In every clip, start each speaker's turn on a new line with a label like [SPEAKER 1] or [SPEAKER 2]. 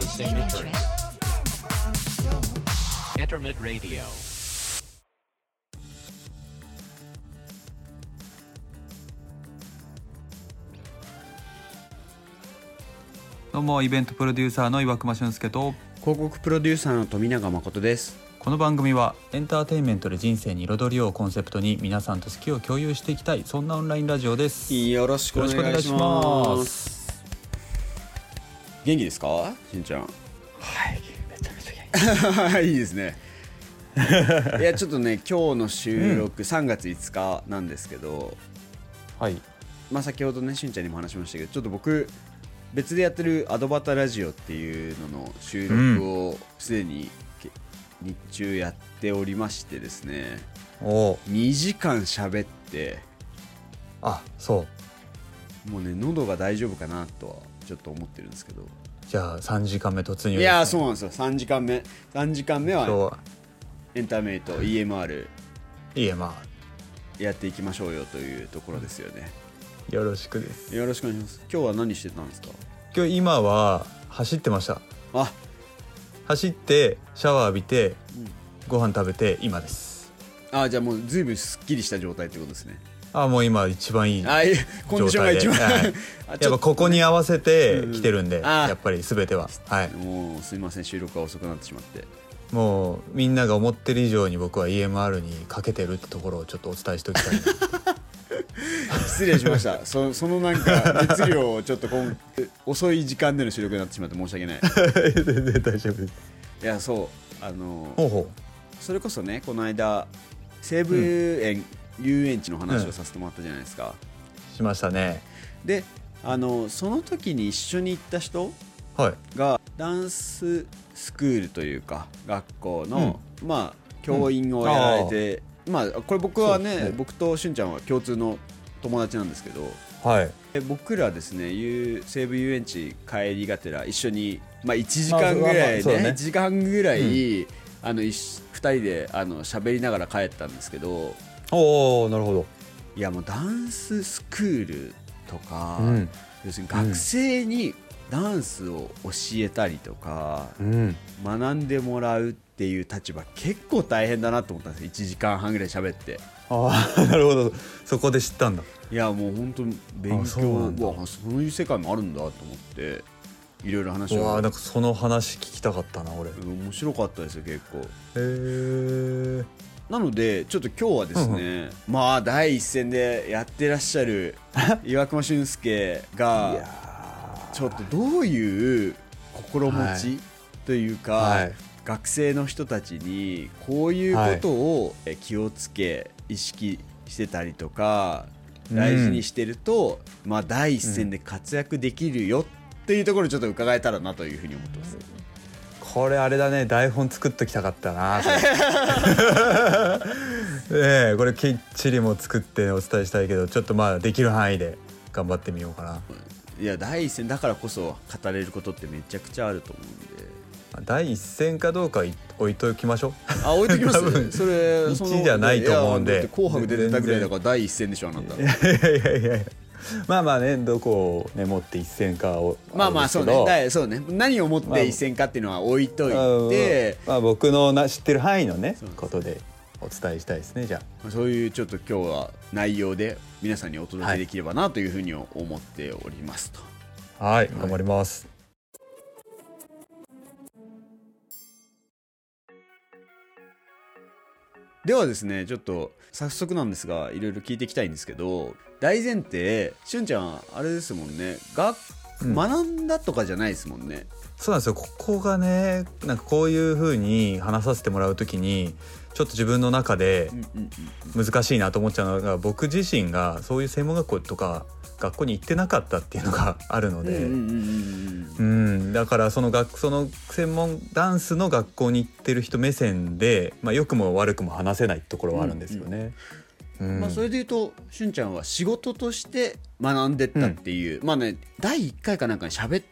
[SPEAKER 1] signature. Internet Radio.
[SPEAKER 2] どうもイベントプロデューサーの岩隈俊介と
[SPEAKER 3] 広告プロデューサーの富永誠です
[SPEAKER 2] この番組はエンターテインメントで人生に彩りをコンセプトに皆さんと好きを共有していきたいそんなオンラインラジオです
[SPEAKER 3] よろし
[SPEAKER 2] よろしくお願いします
[SPEAKER 3] 元気ですかしんちゃん
[SPEAKER 1] はい、めちゃめちゃ
[SPEAKER 3] いいですねいやちょっとね今日の収録3月5日なんですけど、
[SPEAKER 2] はい
[SPEAKER 3] まあ先ほどねしんちゃんにも話しましたけどちょっと僕別でやってるアドバタラジオっていうのの収録をすでにけ日中やっておりましてですね
[SPEAKER 2] おー
[SPEAKER 3] 2時間喋って
[SPEAKER 2] あそう
[SPEAKER 3] もうね喉が大丈夫かなとはちょっと思ってるんですけど
[SPEAKER 2] じゃあ3時間目突入
[SPEAKER 3] いやー
[SPEAKER 2] です
[SPEAKER 3] そうなんですよ3時間目3時間目
[SPEAKER 2] 今日
[SPEAKER 3] は
[SPEAKER 2] は
[SPEAKER 3] エンタメイト EMR
[SPEAKER 2] いいえま
[SPEAKER 3] やっていきましょうよというところですよね
[SPEAKER 2] あよろしくです
[SPEAKER 3] よろしくお願いします今日は何してたんですか
[SPEAKER 2] 今日今は走ってました
[SPEAKER 3] あ
[SPEAKER 2] 走ってシャワー浴びてご飯食べて今です
[SPEAKER 3] あじゃあもうずいぶんすっきりした状態ってことですね
[SPEAKER 2] あもう今一番いい
[SPEAKER 3] あいいコンディションが一番、
[SPEAKER 2] 状態ではい
[SPEAKER 3] あち
[SPEAKER 2] やっ
[SPEAKER 3] ょ
[SPEAKER 2] ぱ
[SPEAKER 3] っ
[SPEAKER 2] ここに合わせて来てるんで、
[SPEAKER 3] うんあ
[SPEAKER 2] やっぱり全ては、はい
[SPEAKER 3] と、もうすいません収録が遅くなってしまって
[SPEAKER 2] もうみんなが思ってる以上に僕は EMR にかけてるってところをちょっとお伝えしておきたい
[SPEAKER 3] 失礼しました そそのなんか熱量をちょっとこん遅い時間での収録になってしまって申し訳ない
[SPEAKER 2] 全然大丈夫です
[SPEAKER 3] いやそうあの
[SPEAKER 2] ほうほ
[SPEAKER 3] それこそねこの間西武園、遊園地の話をさせてもらったじゃないですか、
[SPEAKER 2] うしましたね
[SPEAKER 3] であのその時に一緒に行った人
[SPEAKER 2] はい
[SPEAKER 3] がダンススクールというか学校の、まあ教員をやられて、まあこれ僕は
[SPEAKER 2] そ
[SPEAKER 3] ね
[SPEAKER 2] うですね
[SPEAKER 3] 僕としゅんちゃんは共通の友達なんですけど
[SPEAKER 2] はい
[SPEAKER 3] で僕らですね遊西武遊園地帰りがてら一緒に、まあ、1時間ぐら
[SPEAKER 2] あ
[SPEAKER 3] い
[SPEAKER 2] そう
[SPEAKER 3] ね
[SPEAKER 2] だね
[SPEAKER 3] 1時間ぐらい、あの2人であの喋りながら帰ったんですけど
[SPEAKER 2] おおなるほ
[SPEAKER 3] いやもうダンススクールとか、
[SPEAKER 2] うん
[SPEAKER 3] 要するに学生にダンスを教えたりとか、
[SPEAKER 2] うん
[SPEAKER 3] 学んでもらうっていう立場結構大変だなと思ったんですよ1時間半ぐらい喋って
[SPEAKER 2] ああ なるほどそこで知ったんだ
[SPEAKER 3] いやもう本当に勉
[SPEAKER 2] あ
[SPEAKER 3] 強
[SPEAKER 2] そうなんだ
[SPEAKER 3] うわそういう世界もあるんだと思っていろいろ話
[SPEAKER 2] うわ
[SPEAKER 3] を
[SPEAKER 2] ーなんかその話聞きたかったな俺へ
[SPEAKER 3] うん面白かったですよ結構
[SPEAKER 2] え
[SPEAKER 3] なのでちょっと今日はですね、まあ第一線でやってらっし ゃる岩隈俊介がちょっとどういう心持
[SPEAKER 2] は
[SPEAKER 3] ちというか、
[SPEAKER 2] はい
[SPEAKER 3] 学生の人たちにこういうことをえ気をつけ意識してたりとか
[SPEAKER 2] うん
[SPEAKER 3] 大事にしてると、まあ第一線で活躍できるよっていうところをちょっと伺えたらなというふうに思ってます。
[SPEAKER 2] これあれだね台本作っときたかったな これねえこれきっちりも作ってお伝えしたいけどちょっとまあできる範囲で頑張ってみようかない
[SPEAKER 3] や第一線だからこそ語れることってめちゃくちゃあると思うんで。
[SPEAKER 2] 第一線かどうかはい置いときましょ
[SPEAKER 3] あ置いときま
[SPEAKER 2] 多分
[SPEAKER 3] すそれその
[SPEAKER 2] 一じゃないと思うんで
[SPEAKER 3] いやだって紅白出てたぐらいだから第一線でしょあなた
[SPEAKER 2] う いやいやいやいやまあまあねどこをね持って一線かを
[SPEAKER 3] まあまあ
[SPEAKER 2] れです
[SPEAKER 3] そう
[SPEAKER 2] け
[SPEAKER 3] ね
[SPEAKER 2] ど
[SPEAKER 3] だいそうね何をもって一線かっていうのは置いといて、
[SPEAKER 2] あまあ僕のな知ってる範囲のねことでお伝えしたいですねじゃあ
[SPEAKER 3] そういうちょっと今日は内容で皆さんにお届けできればなというふうに思っておりますと、
[SPEAKER 2] はい頑張ります、
[SPEAKER 3] ではですねちょっと早速なんですがいろいろ聞いていきたいんですけど大前提しゅんちゃんあれですもんね学学んだとかじゃないですもんね、
[SPEAKER 2] そうなんですよここがねなんかこういう風に話させてもらうときにちょっと自分の中で
[SPEAKER 3] うんうん
[SPEAKER 2] 難しいなと思っちゃうのが僕自身がそういう専門学校とか学校に行ってなかったっていうのがあるの
[SPEAKER 3] うんうん
[SPEAKER 2] で、
[SPEAKER 3] うんうんうん
[SPEAKER 2] うん、だからその学その専門ダンスの学校に行ってる人目線で、まあ、良くも悪くも話せないところはあるんですよね。うん
[SPEAKER 3] まあ、それでいうとしゅんちゃんは仕事として学んでったっていう、まあね第1回かなんかに喋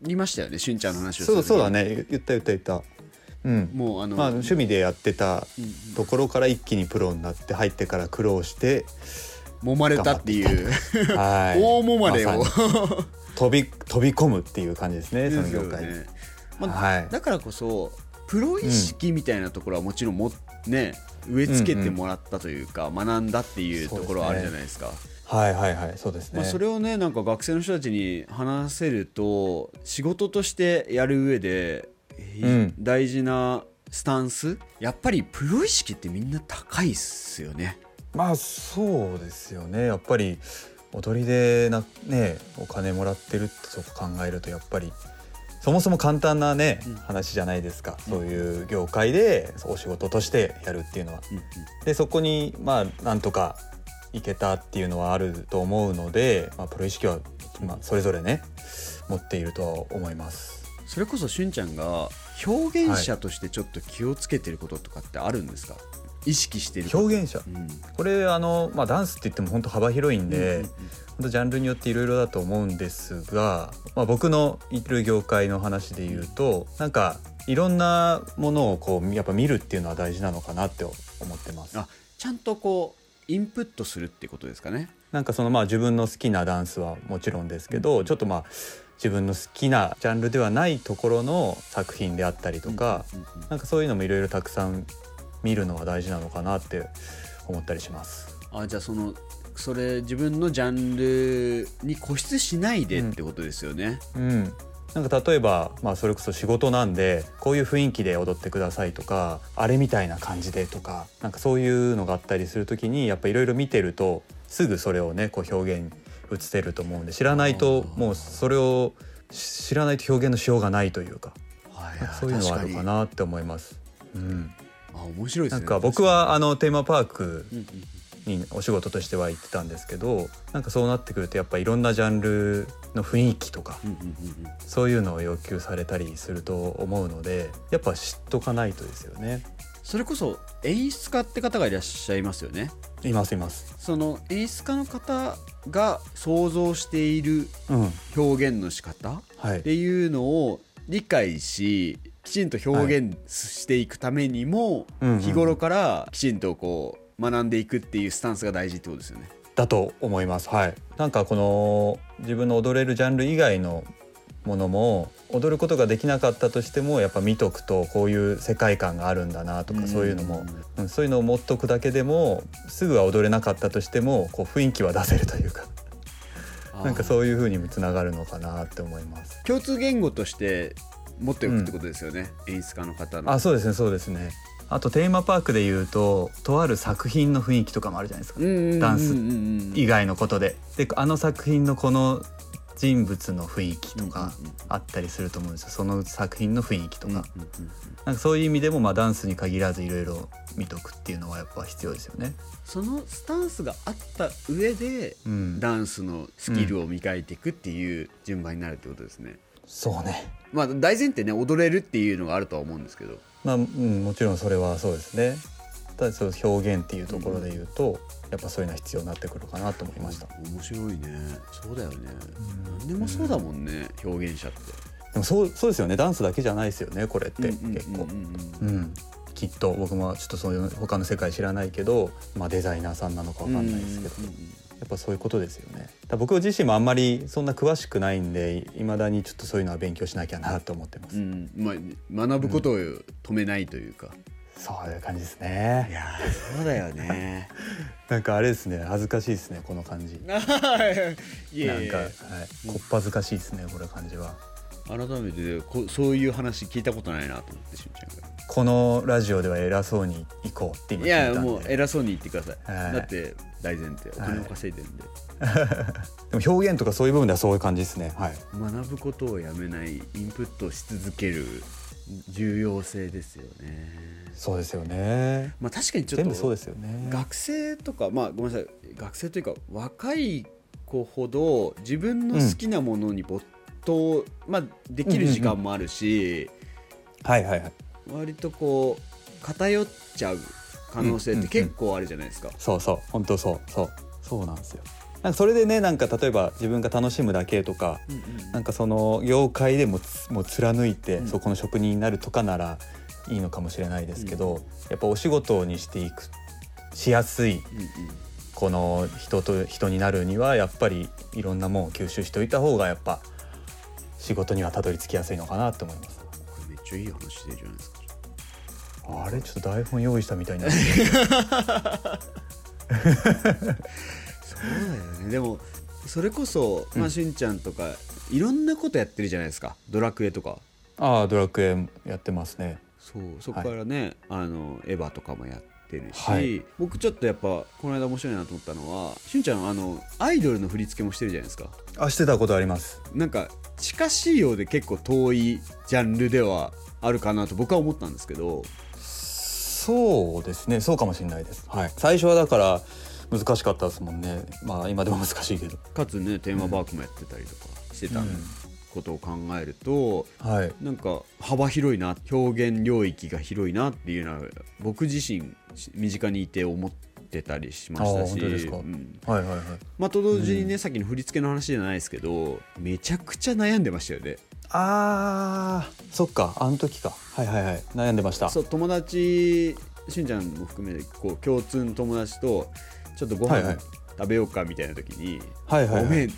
[SPEAKER 3] りましたよねしゅんちゃんの話を
[SPEAKER 2] そうそうだ
[SPEAKER 3] ね
[SPEAKER 2] ね言った言った言った。うん
[SPEAKER 3] もうあの、
[SPEAKER 2] まあ、趣味でやってた
[SPEAKER 3] うんうん
[SPEAKER 2] ところから一気にプロになって入ってから苦労して、
[SPEAKER 3] 揉まれたっていう、
[SPEAKER 2] はい、
[SPEAKER 3] 大揉まれを、
[SPEAKER 2] さに飛び飛び込むっていう感じですねその業界に、
[SPEAKER 3] ですよねまあ
[SPEAKER 2] はい
[SPEAKER 3] だからこそプロ意識みたいなところはもちろんも、ね、植え付けてもらったというか、学んだっていうところはあるじゃないですか。
[SPEAKER 2] はいはいはいそうですね、
[SPEAKER 3] まあ、それをねなんか学生の人たちに話せると仕事としてやる上で、えー
[SPEAKER 2] うん
[SPEAKER 3] 大事なスタンスやっぱりプロ意識ってみんな高いっすよね。
[SPEAKER 2] まあそうですよねやっぱり踊りでな、ね、お金もらってるってそこ考えるとやっぱりそもそも簡単なね、
[SPEAKER 3] うん
[SPEAKER 2] 話じゃないですか、そういう業界でお仕事としてやるっていうのは。
[SPEAKER 3] うんうん
[SPEAKER 2] でそこにまあなんとかいけたっていうのはあると思うので、まあ、プロ意識は、まあ、それぞれね持っているとは思います。
[SPEAKER 3] それこそしゅんちゃんが表現者としてちょっと気をつけてることとかってあるんですか、意識してること
[SPEAKER 2] 表現者
[SPEAKER 3] うん
[SPEAKER 2] これあの、まあ、ダンスって言っても本当幅広いんで、
[SPEAKER 3] うんうん
[SPEAKER 2] 本当ジャンルによっていろいろだと思うんですが、まあ、僕のいる業界の話で言うとなんかいろんなものをこうやっぱ見るっていうのは大事なのかなって思ってます
[SPEAKER 3] あ。ちゃんとこうインプットするってことですかね
[SPEAKER 2] なんかそのまあ自分の好きなダンスはもちろんですけど、ちょっとまあ自分の好きなジャンルではないところの作品であったりとか、
[SPEAKER 3] うんうんうん
[SPEAKER 2] なんかそういうのもいろいろたくさん見るのは大事なのかなって思ったりします。
[SPEAKER 3] あじゃあそのそれ自分のジャンルに固執しないでってことですよね、
[SPEAKER 2] うん、なんか例えば、まあ、それこそ仕事なんでこういう雰囲気で踊ってくださいとかあれみたいな感じでとかなんかそういうのがあったりする時にやっぱいろいろ見てるとすぐそれをねこう表現映せると思うんで知らないと
[SPEAKER 3] あー
[SPEAKER 2] もうそれをし知らないと表現のしようがないというか
[SPEAKER 3] は
[SPEAKER 2] なんかそういうのはあるかなって思います。うん、
[SPEAKER 3] あ面白いです
[SPEAKER 2] な
[SPEAKER 3] ね
[SPEAKER 2] んか僕はあ
[SPEAKER 3] の、
[SPEAKER 2] のテーマパーク
[SPEAKER 3] うんうん
[SPEAKER 2] にお仕事としては行ってたんですけどなんかそうなってくるとやっぱいろんなジャンルの雰囲気とか
[SPEAKER 3] うんうんうんうん
[SPEAKER 2] そういうのを要求されたりすると思うのでやっぱ知っとかないとですよね
[SPEAKER 3] それこそ演出家って方がいらっしゃいますよね
[SPEAKER 2] いますいます
[SPEAKER 3] その演出家の方が想像している
[SPEAKER 2] うん
[SPEAKER 3] 表現の仕方
[SPEAKER 2] はい
[SPEAKER 3] っていうのを理解しきちんと表現していくためにも、
[SPEAKER 2] うんうん
[SPEAKER 3] 日頃からきちんとこう学んでいくっていうスタンスが大事ってことですよね。
[SPEAKER 2] だと思いますはいなんかこの自分の踊れるジャンル以外のものも踊ることができなかったとしてもやっぱ見とくとこういう世界観があるんだなとかそういうのも、うん、そういうのを持っとくだけでもすぐは踊れなかったとしてもこう雰囲気は出せるというかなんか
[SPEAKER 3] う
[SPEAKER 2] そういう風にもつながるのかなって思います
[SPEAKER 3] 共通言語として持っておくってことですよね、演出家の方の。
[SPEAKER 2] あそうですねそうですねあとテーマパークでいうととある作品の雰囲気とかもあるじゃないですか、
[SPEAKER 3] うんうんうんうん
[SPEAKER 2] ダンス以
[SPEAKER 3] 以
[SPEAKER 2] 外のことでであの作品のこの人物の雰囲気とか
[SPEAKER 3] うんうんうん
[SPEAKER 2] あったりすると思うんですよその作品の雰囲気とか,、
[SPEAKER 3] うんうんうん
[SPEAKER 2] なんかそういう意味でもまあダンスに限らずいろいろ見とくっていうのはやっぱ必要ですよね。
[SPEAKER 3] そのスタンスがあった上で、
[SPEAKER 2] うん、
[SPEAKER 3] ダンスのスキルを磨いていくっていう順番になるってことですね。
[SPEAKER 2] そうね、
[SPEAKER 3] まあ、大前提ね踊れるっていうのがあるとは思うんですけど
[SPEAKER 2] まあうん、もちろんそれはそうですねただその表現っていうところで言うと、やっぱそういうのは必要になってくるかなと思いました。
[SPEAKER 3] 面白いねそうだよね、
[SPEAKER 2] うん
[SPEAKER 3] 何でもそうだもんね、表現者って
[SPEAKER 2] でもそうそうですよねダンスだけじゃないですよねこれって
[SPEAKER 3] うんうん
[SPEAKER 2] 結構
[SPEAKER 3] うん。うんうん
[SPEAKER 2] うんきっと僕もちょっとそういう他の世界知らないけど、まあ、デザイナーさんなのかわかんないですけど、
[SPEAKER 3] うんう
[SPEAKER 2] や
[SPEAKER 3] ん
[SPEAKER 2] っぱそういうことですよねだから僕自身もあんまりそんな詳しくないんでいまだにちょっとそういうのは勉強しなきゃなと思ってます、
[SPEAKER 3] うんうんまあ、学ぶことを止めないというか、
[SPEAKER 2] そういう感じですね
[SPEAKER 3] やそうだよね
[SPEAKER 2] なんかあれですね恥ずかしいですねこの感じ
[SPEAKER 3] なんか
[SPEAKER 2] なんか、はい、こっぱずかしいですねこの感じは
[SPEAKER 3] 改めてこそういう話聞いたことないなと思ってしゅんちゃんが
[SPEAKER 2] このラジオでは偉そうに行こうって今
[SPEAKER 3] い
[SPEAKER 2] 聞
[SPEAKER 3] や
[SPEAKER 2] いたんで
[SPEAKER 3] もう偉そうに言ってください、
[SPEAKER 2] はい
[SPEAKER 3] だって大前提お金を稼いでるんで、
[SPEAKER 2] でも表現とかそういう部分ではそういう感じですねはい
[SPEAKER 3] 学ぶことをやめないインプットし続ける重要性ですよね
[SPEAKER 2] そうですよね
[SPEAKER 3] まあ確かにちょっと
[SPEAKER 2] 全部そうですよね
[SPEAKER 3] 学生とかまあごめんなさい学生というか若い子ほど自分の好きなものに没頭、まあ、できる時間もあるし、
[SPEAKER 2] はいはいはい
[SPEAKER 3] 割とこう偏っちゃう可能性って結構あるじゃないですか、
[SPEAKER 2] そうそう本当そうそうそうなんですよなんかそれでねなんか例えば自分が楽しむだけとかなんかその業界でもつもう貫いて、
[SPEAKER 3] うん
[SPEAKER 2] そこの職人になるとかならいいのかもしれないですけど、
[SPEAKER 3] うん
[SPEAKER 2] やっぱお仕事にしていくしやすい
[SPEAKER 3] うんうん
[SPEAKER 2] この人と人になるにはやっぱりいろんなもんを吸収しておいた方がやっぱ仕事にはたどり着きやすいのかなと思います。
[SPEAKER 3] ちゃいい話してるじゃないですか
[SPEAKER 2] あれちょっと台本用意したみたいになって
[SPEAKER 3] そうだよねでもそれこそ、まあ、しんちゃんとかいろんなことやってるじゃないですかドラクエとか
[SPEAKER 2] ああドラクエやってますね
[SPEAKER 3] そうそこからね、あのエヴァとかもやってるし、
[SPEAKER 2] はい
[SPEAKER 3] 僕ちょっとやっぱこの間面白いなと思ったのはしんちゃんあのアイドルの振り付けもしてるじゃないですか
[SPEAKER 2] あしてたことあります
[SPEAKER 3] なんか近しいようで結構遠いジャンルではあるかなと僕は思ったんですけど
[SPEAKER 2] そうですねそうかもしれないです、はい、最初はだから難しかったですもんねまあ今でも難しいけど
[SPEAKER 3] かつねテーマパークもやってたりとかしてた
[SPEAKER 2] うん
[SPEAKER 3] ことを考えると、
[SPEAKER 2] はい
[SPEAKER 3] なんか幅広いな表現領域が広いなっていうのは僕自身身近にいて思ってたりしました
[SPEAKER 2] あ本当です
[SPEAKER 3] し、
[SPEAKER 2] か
[SPEAKER 3] うん
[SPEAKER 2] はいはいはい
[SPEAKER 3] まあ、と同時にね、さっきの振り付けの話じゃないですけどめちゃくちゃ悩んでましたよね
[SPEAKER 2] あーそっかあの時かはいはいはい悩んでました
[SPEAKER 3] そう友達しんちゃんも含めてこう共通の友達とちょっとご
[SPEAKER 2] は
[SPEAKER 3] 飯
[SPEAKER 2] いはい
[SPEAKER 3] 食べようかみたいな時に「
[SPEAKER 2] はいはいはい
[SPEAKER 3] ごめん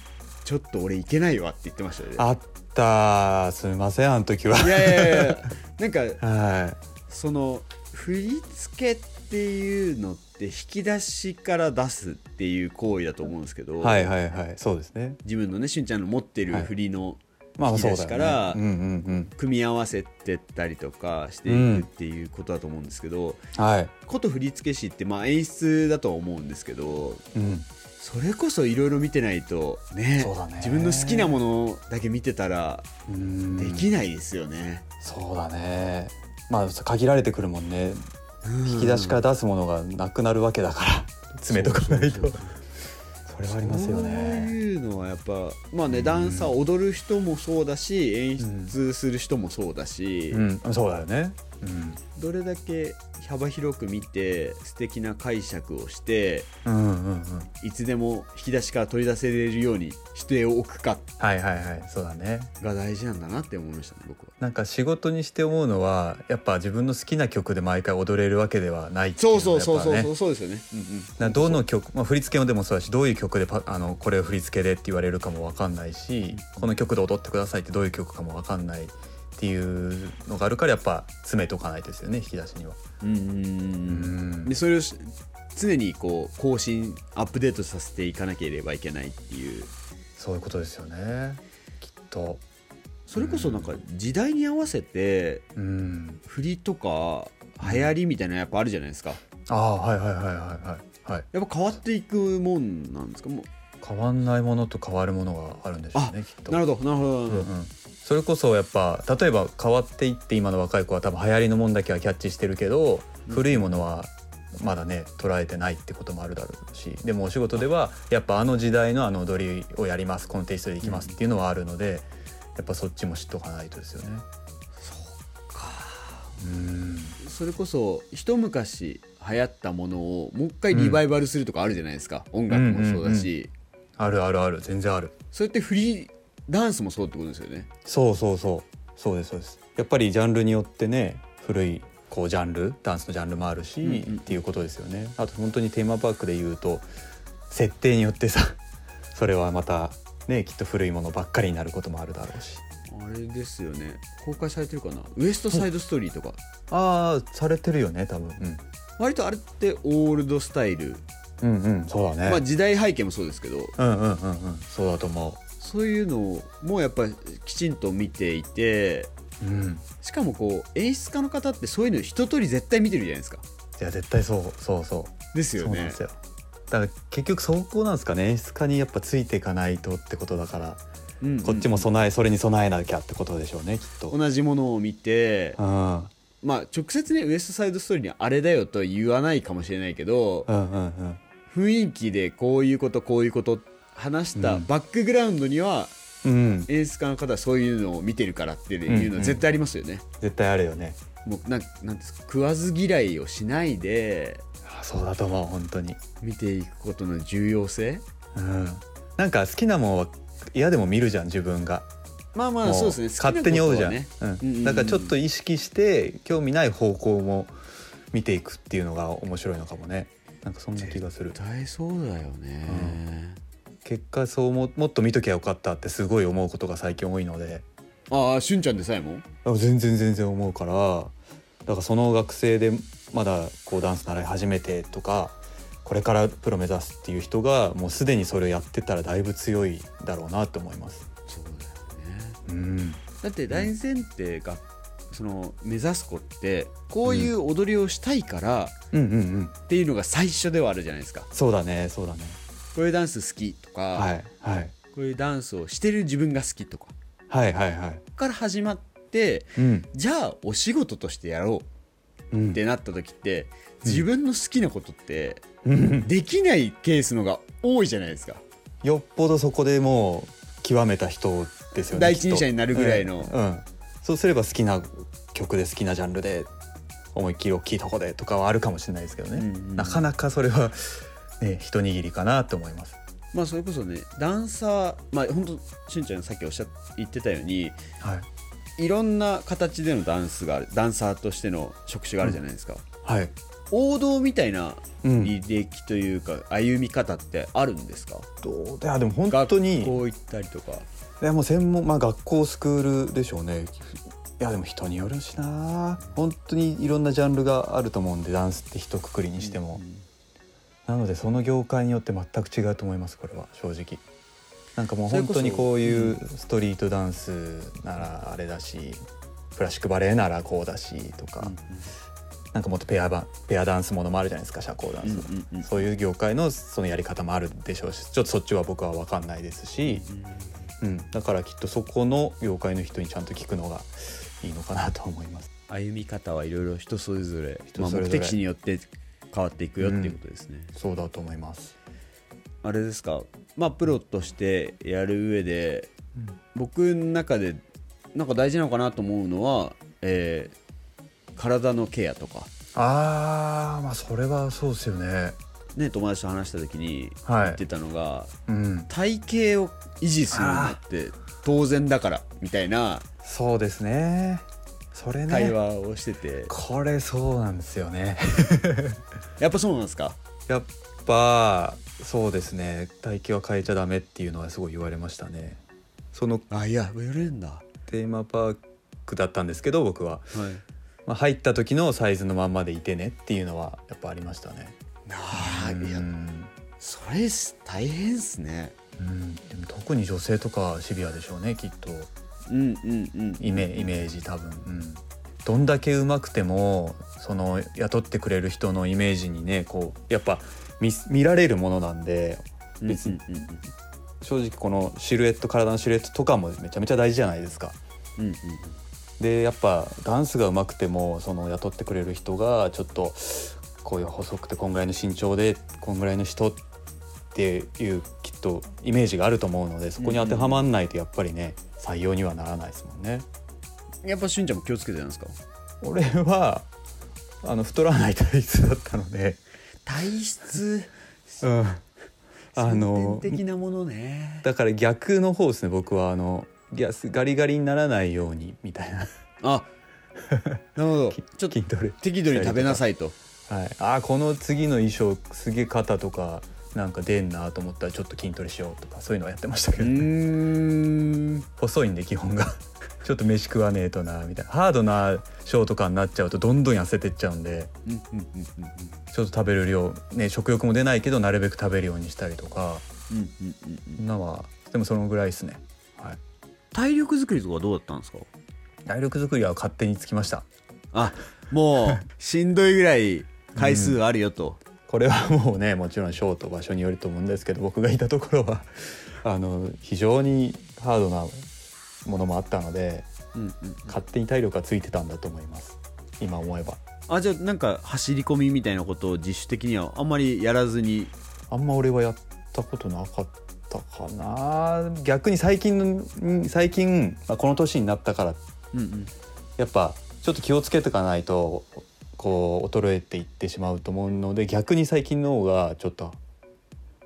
[SPEAKER 3] ちょっと俺行けないわ」って言ってましたよね
[SPEAKER 2] あったーすみませんあの時は
[SPEAKER 3] いやいやいやいやなん か
[SPEAKER 2] は
[SPEAKER 3] その振り付けっていうのって引き出しから出すっていう行為だと思うんですけ
[SPEAKER 2] い
[SPEAKER 3] ど、
[SPEAKER 2] はいはいはいそうですね
[SPEAKER 3] 自分のねしんちゃんの持ってる
[SPEAKER 2] はい
[SPEAKER 3] 振りの
[SPEAKER 2] まあ
[SPEAKER 3] 引き
[SPEAKER 2] そう
[SPEAKER 3] 出
[SPEAKER 2] だ
[SPEAKER 3] し
[SPEAKER 2] よ
[SPEAKER 3] か
[SPEAKER 2] ね
[SPEAKER 3] ら
[SPEAKER 2] うんうん
[SPEAKER 3] 組み合わせてったりとかしていくっていうことだと思うんですけど、
[SPEAKER 2] うんはい
[SPEAKER 3] こと振付師ってまあ演出だとは思うんですけど
[SPEAKER 2] うん
[SPEAKER 3] それこそいろいろ見てないとね
[SPEAKER 2] そうだね
[SPEAKER 3] 自分の好きなものだけ見てたら
[SPEAKER 2] うん
[SPEAKER 3] できないですよね、
[SPEAKER 2] そうだねまあ限られてくるもんね引き出しから出すものがなくなるわけだから詰めとかないとそれはありますよ
[SPEAKER 3] そう
[SPEAKER 2] ね
[SPEAKER 3] いうのはやっぱまあねダンサー踊る人もそうだし演出する人もそうだし、
[SPEAKER 2] うんそうだよねうん
[SPEAKER 3] どれだけ幅広く見て素敵な解釈をして
[SPEAKER 2] うんうんうん
[SPEAKER 3] いつでも引き出しから取り出せれるようにしておくか
[SPEAKER 2] はいはいはいそうだね
[SPEAKER 3] が大事なんだなって思いましたね僕は。
[SPEAKER 2] なんか仕事にして思うのはやっぱ自分の好きな曲で毎回踊れるわけではないってい
[SPEAKER 3] そううそうそうそう
[SPEAKER 2] のがやっぱね
[SPEAKER 3] そうそうですよね。うんうん
[SPEAKER 2] などの曲、まあ、振り付けもでもそうだしどういう曲でパあのこれを振り付けでって言われるかも分かんないしこの曲で踊ってくださいってどういう曲かも分かんないっていうのがあるからやっぱ詰めとかないですよね引き出しには。
[SPEAKER 3] うんうんうんうんでそれをし常にこう更新アップデートさせていかなければいけないっていう
[SPEAKER 2] そういうことですよねきっと。
[SPEAKER 3] それこそなんか時代に合わせて
[SPEAKER 2] うん、
[SPEAKER 3] 振りとか流行りみたいなのやっぱあるじゃないですか
[SPEAKER 2] ああはいはいはいはいはい、はい、
[SPEAKER 3] やっぱ変わっていくもんなんですかもう
[SPEAKER 2] 変わんないものと変わるものがあるんでしょうねきっと。
[SPEAKER 3] なるほどなるほどなるほ
[SPEAKER 2] う
[SPEAKER 3] ど、
[SPEAKER 2] んうんそれこそやっぱ例えば変わっていって今の若い子は多分流行りのもんだけはキャッチしてるけど、古いものはまだね捉えてないってこともあるだろうしでもお仕事ではやっぱあの時代のあの踊りをやりますこのテイストでいきますっていうのはあるので、やっぱそっちも知っとかないとですよね。うん
[SPEAKER 3] それこそ一昔流行ったものをもう一回リバイバルするとかあるじゃないですか、音楽もそうだし、
[SPEAKER 2] あるあるある全然ある。
[SPEAKER 3] それってフリーダンスもそうってことですよね
[SPEAKER 2] そうそうそうそうですそうですやっぱりジャンルによってね古いこうジャンルダンスのジャンルもあるし、
[SPEAKER 3] うんうん
[SPEAKER 2] っていうことですよねあと本当にテーマパークで言うと設定によってさ それはまたねきっと古いものばっかりになることもあるだろうし
[SPEAKER 3] あれですよね公開されてるかなウエストサイドストーリーとか
[SPEAKER 2] ああされてるよね多分、
[SPEAKER 3] 割とあれってオールドスタイル、
[SPEAKER 2] うん、うんうんそうだね、
[SPEAKER 3] まあ、時代背景もそうですけど
[SPEAKER 2] うんうんうんうんそうだと思
[SPEAKER 3] そういうのもやっぱりきちんと見ていて
[SPEAKER 2] ううん
[SPEAKER 3] しかもこう演出家の方ってそういうの一通り絶対見てるじゃないですか
[SPEAKER 2] いや絶対そうそうそう
[SPEAKER 3] ですよ
[SPEAKER 2] そうなん
[SPEAKER 3] ね
[SPEAKER 2] ですよだから結局そこなんですかね演出家にやっぱついていかないとってことだから
[SPEAKER 3] うんうん
[SPEAKER 2] こっちも備えそれに備えなきゃってことでしょうねきっと。うん
[SPEAKER 3] 同じものを見て
[SPEAKER 2] うん
[SPEAKER 3] まあ直接ねウエストサイドストーリーにあれだよとは言わないかもしれないけど
[SPEAKER 2] うんうん
[SPEAKER 3] 雰囲気でこういうことこういうこと話した
[SPEAKER 2] うん
[SPEAKER 3] バックグラウンドには
[SPEAKER 2] うん
[SPEAKER 3] 演出家の方はそういうのを見てるからっていうの
[SPEAKER 2] うんう
[SPEAKER 3] は
[SPEAKER 2] ん
[SPEAKER 3] 絶対ありますよね、
[SPEAKER 2] 絶対あるよね
[SPEAKER 3] もうなんなんていうんですか食わず嫌いをしないで
[SPEAKER 2] あそうだと思う本当に
[SPEAKER 3] 見ていくことの重要性
[SPEAKER 2] うんなんか好きなもんは嫌でも見るじゃん自分が
[SPEAKER 3] まあま
[SPEAKER 2] も
[SPEAKER 3] あそうですね
[SPEAKER 2] 勝手に追うじゃん、
[SPEAKER 3] 好きなこ
[SPEAKER 2] う
[SPEAKER 3] とはねうんうんうん
[SPEAKER 2] ん、だからちょっと意識して興味ない方向も見ていくっていうのが面白いのかもねなんかそんな気がする
[SPEAKER 3] 絶対そうだよね、
[SPEAKER 2] 結果そうももっと見ときゃよかったってすごい思うことが最近多いので
[SPEAKER 3] ああしゅんちゃんでさえも
[SPEAKER 2] あ全然全然思うからだからその学生でまだこうダンス習い始めてとかこれからプロ目指すっていう人がもうすでにそれをやってたらだいぶ強いだろうなと思います。
[SPEAKER 3] そうだよね
[SPEAKER 2] うん、
[SPEAKER 3] だって大前提が、その目指す子ってこういう踊りをしたいから
[SPEAKER 2] うんうんうん
[SPEAKER 3] っていうのが最初ではあるじゃないですか
[SPEAKER 2] そうだねそうだね
[SPEAKER 3] こういうダンス好きとか、
[SPEAKER 2] はいはい
[SPEAKER 3] こういうダンスをしてる自分が好きとか
[SPEAKER 2] はいはいはい
[SPEAKER 3] から始まって
[SPEAKER 2] うん
[SPEAKER 3] じゃあお仕事としてやろ
[SPEAKER 2] う
[SPEAKER 3] うっ
[SPEAKER 2] ん
[SPEAKER 3] てなった時って自分の好きなことって
[SPEAKER 2] うん
[SPEAKER 3] できないケースのが多いじゃないですか
[SPEAKER 2] よっぽどそこでもう極めた人ですよね
[SPEAKER 3] 第
[SPEAKER 2] きっと
[SPEAKER 3] 一人者になるぐらいの
[SPEAKER 2] うんうんそうすれば好きな曲で好きなジャンルで思いっきり大きいとこでとかはあるかもしれないですけどね、
[SPEAKER 3] うんうん
[SPEAKER 2] なかなかそれはね一握りかなと思います
[SPEAKER 3] まあそれこそねダンサーまあ本当しゅんちゃんさっきおっしゃっ言ってたように
[SPEAKER 2] はい
[SPEAKER 3] いろんな形でのダンスがあるダンサーとしての職種があるじゃないですか、
[SPEAKER 2] はい
[SPEAKER 3] 王道みたいな
[SPEAKER 2] うん
[SPEAKER 3] 履歴というか歩み方ってあるんですか
[SPEAKER 2] どういやでも本当に
[SPEAKER 3] こう行ったりとか
[SPEAKER 2] いやもう専門まあ学校スクールでしょうねいやでも人によるしな本当にいろんなジャンルがあると思うんでダンスって一括りにしても、なのでその業界によって全く違うと思いますこれは正直なんかもう本当にこういうストリートダンスならあれだしクラシックバレエならこうだしとか、なんかもっとペアばペアダンスものもあるじゃないですか社交ダンスの、
[SPEAKER 3] うんうんうん
[SPEAKER 2] そういう業界のそのやり方もあるでしょうしちょっとそっちは僕は分かんないですし、うん、だからきっとそこの業界の人にちゃんと聞くのがいいのかなと思います。
[SPEAKER 3] 歩み方はいろいろ人それぞれ
[SPEAKER 2] 人それぞれ
[SPEAKER 3] まあ、目的地によって変わっていくよっていうことですね、
[SPEAKER 2] そうだと思います。
[SPEAKER 3] あれですかまあプロとしてやる上で僕の中でなんか大事なのかなと思うのは、えー体のケアとか
[SPEAKER 2] ああ、まあそれはそうですよね。
[SPEAKER 3] ね友達と話した時に
[SPEAKER 2] はい
[SPEAKER 3] 言ってたのが、
[SPEAKER 2] うん、
[SPEAKER 3] 体型を維持するのって当然だからみたいな
[SPEAKER 2] そうですね。それね。
[SPEAKER 3] 会話をしてて、
[SPEAKER 2] これそうなんですよね。
[SPEAKER 3] やっぱそうなんですか
[SPEAKER 2] やっぱそうですね。体型は変えちゃダメっていうのはすごい言われましたね。その
[SPEAKER 3] あいや言われるんだは
[SPEAKER 2] テーマパークだったんですけど、僕は、
[SPEAKER 3] い
[SPEAKER 2] まあ、入った時のサイズのまんまでいてねっていうのはやっぱありましたね。
[SPEAKER 3] なあいや
[SPEAKER 2] うん
[SPEAKER 3] それ大変っすね
[SPEAKER 2] うん、でも特に女性とかシビアでしょうねきっと
[SPEAKER 3] うんうんうん
[SPEAKER 2] イメイメージ多分、うん、どんだけ上手くてもその雇ってくれる人のイメージにねこうやっぱ見見られるものなんで別に
[SPEAKER 3] うんうん
[SPEAKER 2] 正直このシルエット体のシルエットとかもめちゃめちゃ大事じゃないですか。
[SPEAKER 3] うんうん
[SPEAKER 2] でやっぱダンスが上手くてもその雇ってくれる人がちょっとこういう細くてこんぐらいの身長でこんぐらいの人っていうきっとイメージがあると思うのでそこに当てはまんないとやっぱりね採用にはならないですもんね。
[SPEAKER 3] うんやっぱしゅんちゃんも気をつけてるんですか
[SPEAKER 2] 俺はあの太らない体質だったので、
[SPEAKER 3] 体質
[SPEAKER 2] うん、あの
[SPEAKER 3] 先天的なものね
[SPEAKER 2] だから逆の方ですね僕はあのギャスガリガリにならないようにみたいな
[SPEAKER 3] あなるほど
[SPEAKER 2] き
[SPEAKER 3] ちょっと
[SPEAKER 2] 筋トレ
[SPEAKER 3] 適度に食べなさいと
[SPEAKER 2] はい、あーこの次の衣装すげえ肩とかなんか出んなと思ったらちょっと筋トレしようとかそういうのはやってましたけ
[SPEAKER 3] う
[SPEAKER 2] ど、
[SPEAKER 3] ーん
[SPEAKER 2] 細いんで基本が ちょっと飯食わねえとなみたいなハードなショーとかになっちゃうとどんどん痩せてっちゃうんで
[SPEAKER 3] うんうんうんうん
[SPEAKER 2] ちょっと食べる量、ね、食欲も出ないけどなるべく食べるようにしたりとか
[SPEAKER 3] うんうんうんうん
[SPEAKER 2] そんなはでもそのぐらいですね、はい、
[SPEAKER 3] 体力作りとかどうだったんですか
[SPEAKER 2] 体力作りは勝手につきました
[SPEAKER 3] あもうしんどいぐらい回数あるよと、
[SPEAKER 2] これはもうねもちろんショーと場所によると思うんですけど僕がいたところはあの非常にハードなものもあったので
[SPEAKER 3] うんうん
[SPEAKER 2] 勝手に体力がついてたんだと思います今思えば
[SPEAKER 3] あじゃあなんか走り込みみたいなことを自主的にはあんまりやらずに
[SPEAKER 2] あんま俺はやったことなかったかな逆に最近の最近まあこの年になったから
[SPEAKER 3] うんうん
[SPEAKER 2] やっぱちょっと気をつけていかないとこう衰えていってしまうと思うので逆に最近の方がちょっと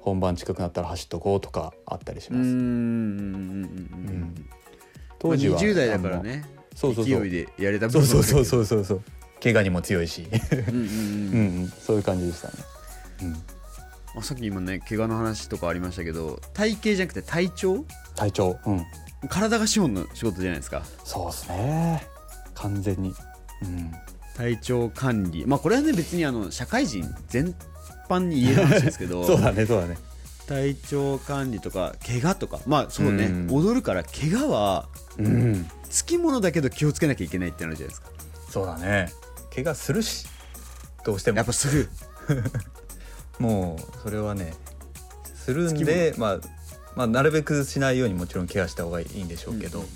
[SPEAKER 2] 本番近くなったら走っとこうとかあったりし
[SPEAKER 3] うー
[SPEAKER 2] ます、
[SPEAKER 3] ん
[SPEAKER 2] 当時は
[SPEAKER 3] 20代だからね
[SPEAKER 2] そうそうそう
[SPEAKER 3] 勢いでやれた
[SPEAKER 2] あんまそうそうそうそう
[SPEAKER 3] う
[SPEAKER 2] そうそう 怪我にも強いし
[SPEAKER 3] うんうんうん
[SPEAKER 2] うん、うん、そういう感じでしたね、うん、
[SPEAKER 3] あさっき今ね怪我の話とかありましたけど体型じゃなくて体調
[SPEAKER 2] 体調うん
[SPEAKER 3] 体が資本の仕事じゃないですか
[SPEAKER 2] そうですね完全にうん
[SPEAKER 3] 体調管理まあこれはね別にあの社会人全般に言える話ですけ ど
[SPEAKER 2] そうだねそうだね
[SPEAKER 3] 体調管理とか怪我とかまあそうね、
[SPEAKER 2] うん
[SPEAKER 3] 踊るから怪我は
[SPEAKER 2] うん
[SPEAKER 3] つきものだけど気をつけなきゃいけないってなるじゃないですか
[SPEAKER 2] そうだね怪我するしどうして
[SPEAKER 3] や
[SPEAKER 2] も
[SPEAKER 3] っぱすぐ
[SPEAKER 2] もうそれはねするんで、まあ、まあなるべくしないようにもちろん怪我した方がいいんでしょうけど、
[SPEAKER 3] うん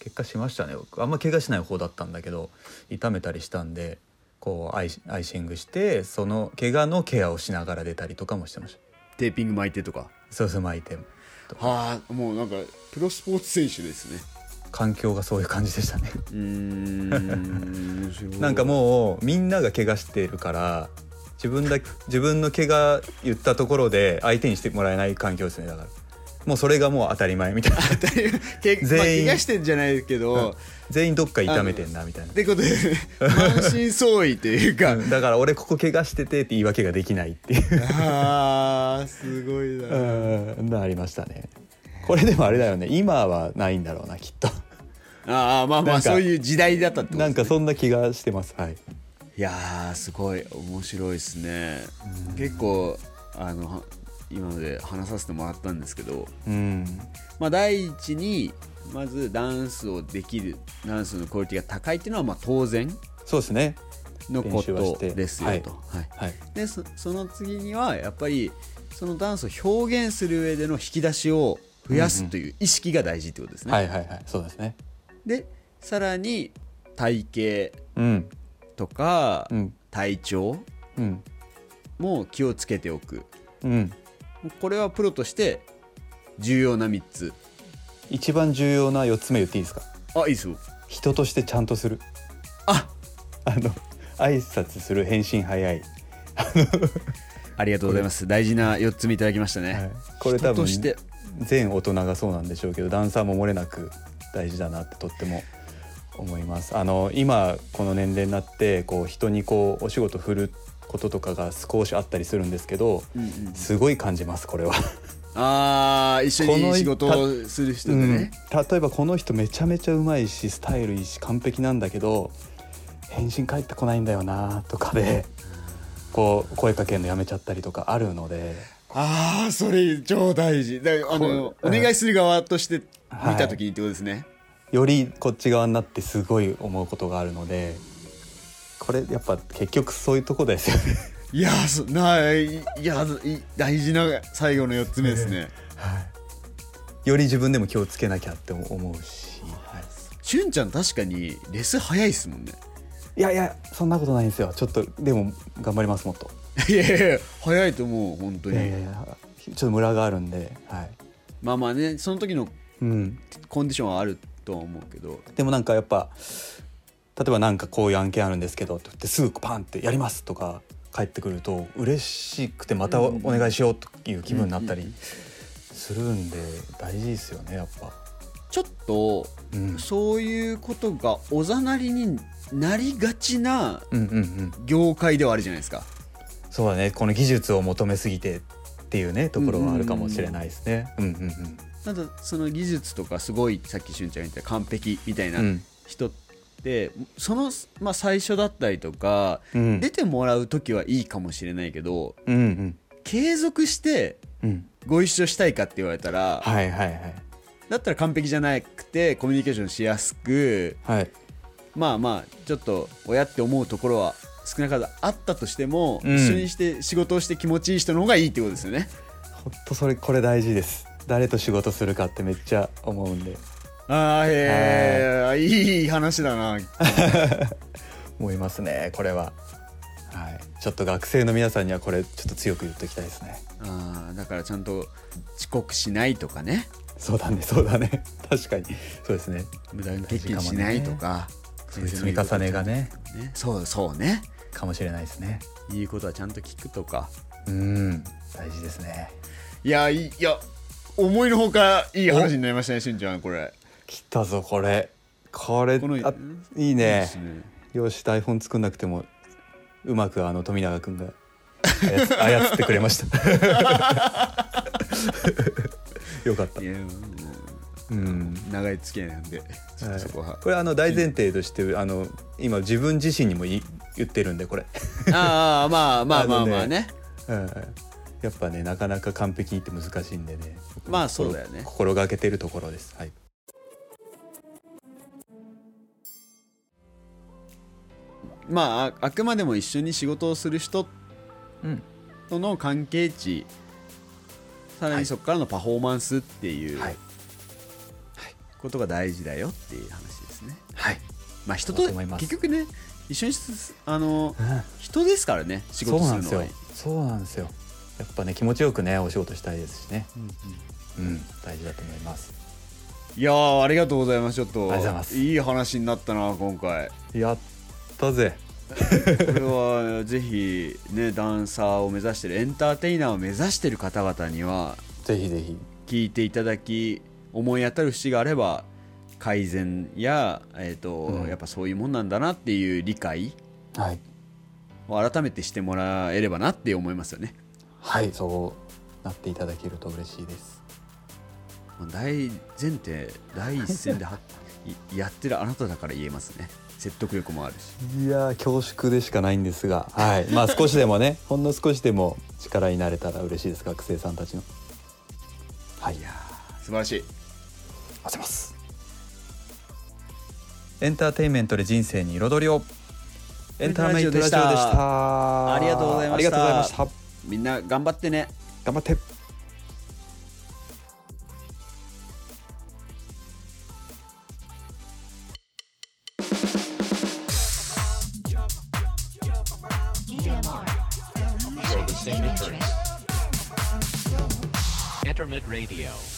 [SPEAKER 2] 結果しましたね僕あんま怪我しない方だったんだけど痛めたりしたんでこうアイシアイシングしてその怪我のケアをしながら出たりとかもしてました
[SPEAKER 3] テーピング巻いてとか
[SPEAKER 2] そうそう巻いて
[SPEAKER 3] はあもうなんかプロスポーツ選手ですね
[SPEAKER 2] 環境がそういう感じでしたね
[SPEAKER 3] うー ん面白い
[SPEAKER 2] なんかもうみんなが怪我しているから自分だ自分の怪我言ったところで相手にしてもらえない環境ですねだからもうそれがもう当たり前みたいな
[SPEAKER 3] けまあ
[SPEAKER 2] 全員
[SPEAKER 3] 怪我してんじゃないけど、
[SPEAKER 2] 全員どっか痛めてんなみたいな
[SPEAKER 3] っ。てことで 満身創痍というか
[SPEAKER 2] だから俺ここ怪我しててって言い訳ができないっていう
[SPEAKER 3] あーすごいな
[SPEAKER 2] のありましたねこれでもあれだよね今はないんだろうなきっと
[SPEAKER 3] ああまあま
[SPEAKER 2] な
[SPEAKER 3] あ
[SPEAKER 2] んか
[SPEAKER 3] そういう時代だったってこと
[SPEAKER 2] なん
[SPEAKER 3] です
[SPEAKER 2] か
[SPEAKER 3] ね
[SPEAKER 2] そんな気がしてますはい
[SPEAKER 3] いやーすごい面白いですね結構あのは今まで話させてもらったんですけど、
[SPEAKER 2] うん
[SPEAKER 3] まあ、第一にまずダンスをできるダンスのクオリティが高いっていうのはまあ当然
[SPEAKER 2] そうですね
[SPEAKER 3] のこ
[SPEAKER 2] 練習は
[SPEAKER 3] と
[SPEAKER 2] して
[SPEAKER 3] ですよと、はい
[SPEAKER 2] はい
[SPEAKER 3] でそその次にはやっぱりそのダンスを表現する上での引き出しを増やすという意識が大事ってことですね、
[SPEAKER 2] はいはいはいそうですね
[SPEAKER 3] でさらに体型
[SPEAKER 2] うん
[SPEAKER 3] とか、
[SPEAKER 2] うん
[SPEAKER 3] 体調
[SPEAKER 2] うん
[SPEAKER 3] も気をつけておく
[SPEAKER 2] うん
[SPEAKER 3] これはプロとして重要な3つ
[SPEAKER 2] 一番重要な4つ目言っていいですか
[SPEAKER 3] あいいっすよ
[SPEAKER 2] 人としてちゃんとする
[SPEAKER 3] あ
[SPEAKER 2] あの挨拶する返信早い、
[SPEAKER 3] ありがとうございます大事な4つ見いただきましたね、
[SPEAKER 2] これ多
[SPEAKER 3] 人
[SPEAKER 2] 分
[SPEAKER 3] として
[SPEAKER 2] 全大人がそうなんでしょうけどダンサーも漏れなく大事だなってとっても思いますあの今この年齢になってこう人にこうお仕事振ることとかが少しあったりするんですけど
[SPEAKER 3] うんうん
[SPEAKER 2] すごい感じますこれは、
[SPEAKER 3] ああ一緒
[SPEAKER 2] この
[SPEAKER 3] に仕事をする人で
[SPEAKER 2] うん
[SPEAKER 3] ね、
[SPEAKER 2] 例えばこの人めちゃめちゃうまいしスタイルいいし完璧なんだけど返信返ってこないんだよなとかでこう声かけるのやめちゃったりとかあるので
[SPEAKER 3] ああそれ超大事だあの
[SPEAKER 2] こ
[SPEAKER 3] お
[SPEAKER 2] う
[SPEAKER 3] 願いする側として見た時にってことですね、
[SPEAKER 2] よりこっち側になってすごい思うことがあるのでこれやっぱ結局そういうとこですよね。
[SPEAKER 3] い、やーそないいやい大事な最後の4つ目ですね、
[SPEAKER 2] より自分でも気をつけなきゃって思うし、はい、
[SPEAKER 3] しゅんちゃん確かにレス早いっすもんね
[SPEAKER 2] いやいやそんなことないんですよちょっとでも頑張りますもっと
[SPEAKER 3] いやいやいや早いと思う本当
[SPEAKER 2] い
[SPEAKER 3] に、
[SPEAKER 2] やいやいやちょっとムラがあるんで、はい
[SPEAKER 3] まあまあねその時の
[SPEAKER 2] うん、
[SPEAKER 3] コンディションはあるとは思うけど
[SPEAKER 2] でもなんかやっぱ例えばなんかこういう案件あるんですけどって言ってすぐパンってやりますとか帰ってくると嬉しくてまたおお願いしようという気分になったりするんで大事ですよねやっぱ。
[SPEAKER 3] ちょっと
[SPEAKER 2] うん、
[SPEAKER 3] そういうことがおざなりになりがちな
[SPEAKER 2] うんうんうん
[SPEAKER 3] 業界ではあるじゃないですか
[SPEAKER 2] そうだねこの技術を求めすぎてっていうねところはあるかもしれないですね。うんうんうん
[SPEAKER 3] ただその技術とかすごいさっきしゅんちゃんが言った完璧みたいな
[SPEAKER 2] うん
[SPEAKER 3] 人って、その、まあ、最初だったりとか、
[SPEAKER 2] うん
[SPEAKER 3] 出てもらう時はいいかもしれないけど
[SPEAKER 2] うんうん
[SPEAKER 3] 継続して
[SPEAKER 2] うん
[SPEAKER 3] ご一緒したいかって言われたら、
[SPEAKER 2] はいはいはい
[SPEAKER 3] だったら完璧じゃなくてコミュニケーションしやすく
[SPEAKER 2] はい
[SPEAKER 3] まあまあちょっと親って思うところは少なからずあったとしても、
[SPEAKER 2] うん
[SPEAKER 3] 一緒にして仕事をして気持ちいい人の方がいいってことですよね
[SPEAKER 2] ほんとそれこれ大事です誰と仕事するかってめっちゃ思うんで
[SPEAKER 3] ああへえいい話 だな
[SPEAKER 2] 思いますねこれははいちょっと学生の皆さんにはこれちょっと強く言っておきたいですね
[SPEAKER 3] あーだからちゃんと遅刻しないとかね
[SPEAKER 2] そうだねそうだね確かにそうですね
[SPEAKER 3] 無断欠勤しないとか
[SPEAKER 2] そういう積み重ねがね
[SPEAKER 3] ねそうそうね
[SPEAKER 2] かもしれないですね
[SPEAKER 3] 言うことはちゃんと聞くとか
[SPEAKER 2] うん大事ですね
[SPEAKER 3] いやいいいや思いのほかいい話になりましたねしゅんちゃんこれ
[SPEAKER 2] 来たぞこれこれ
[SPEAKER 3] この
[SPEAKER 2] あ
[SPEAKER 3] うん
[SPEAKER 2] いい
[SPEAKER 3] いいっ
[SPEAKER 2] ね
[SPEAKER 3] すね
[SPEAKER 2] よし台本作んなくてもうまくあの富永君が操操ってく れましたよかった
[SPEAKER 3] いやもう
[SPEAKER 2] うん
[SPEAKER 3] 長い付き合いなんで、ちょっとそこは。
[SPEAKER 2] これあの大前提としてあの今自分自身にもい言ってるんでこれ、
[SPEAKER 3] ああ、まあまあまあまあ
[SPEAKER 2] あの
[SPEAKER 3] ね。
[SPEAKER 2] うん、やっぱねなかなか完璧って難しいんでね僕も
[SPEAKER 3] まあそうだよね
[SPEAKER 2] 心がけてるところですはい
[SPEAKER 3] まあ、ああくまでも一緒に仕事をする人
[SPEAKER 2] うん
[SPEAKER 3] との関係値、さらにそこからのパフォーマンスっていう
[SPEAKER 2] はい
[SPEAKER 3] ことが大事だよっていう話ですね。
[SPEAKER 2] はい、
[SPEAKER 3] まあ人
[SPEAKER 2] そう
[SPEAKER 3] と
[SPEAKER 2] だと思います
[SPEAKER 3] 結局ね一緒にすあの
[SPEAKER 2] うん
[SPEAKER 3] 人ですからね仕事
[SPEAKER 2] そう
[SPEAKER 3] す
[SPEAKER 2] なん
[SPEAKER 3] る
[SPEAKER 2] です
[SPEAKER 3] のは
[SPEAKER 2] よそうなんですよやっぱね気持ちよくねお仕事したいですしねうん大事だと思います
[SPEAKER 3] いやーありがとうございますちょっ
[SPEAKER 2] あ
[SPEAKER 3] と
[SPEAKER 2] りがとうございます
[SPEAKER 3] いい話になったな今回こ
[SPEAKER 2] やったぜ
[SPEAKER 3] れはぜひねダンサーを目指してるエンターテイナーを目指してる方々には
[SPEAKER 2] ぜひぜひ
[SPEAKER 3] 聞いていただき思い当たる節があれば改善や、えーと
[SPEAKER 2] うん
[SPEAKER 3] やっぱそういうもんなんだなっていう理解
[SPEAKER 2] はい
[SPEAKER 3] を改めてしてもらえればなって思いますよね
[SPEAKER 2] はいそうなっていただけると嬉しいです
[SPEAKER 3] まあ大前提第一線ではいやってるあなただから言えますね説得力もあるし
[SPEAKER 2] いやー恐縮でしかないんですがはいまあ少しでもね ほんの少しでも力になれたら嬉しいです学生さんたちのはい
[SPEAKER 3] いやー素晴らしい
[SPEAKER 2] あせますエンターテインメントで人生に彩りをエンターメイトラジオでした
[SPEAKER 3] エンターメイトラジオでしたありがとうございました
[SPEAKER 2] ありがとうございました
[SPEAKER 3] みんな頑張ってね
[SPEAKER 2] 頑張って
[SPEAKER 1] For the same interest. Internet Radio.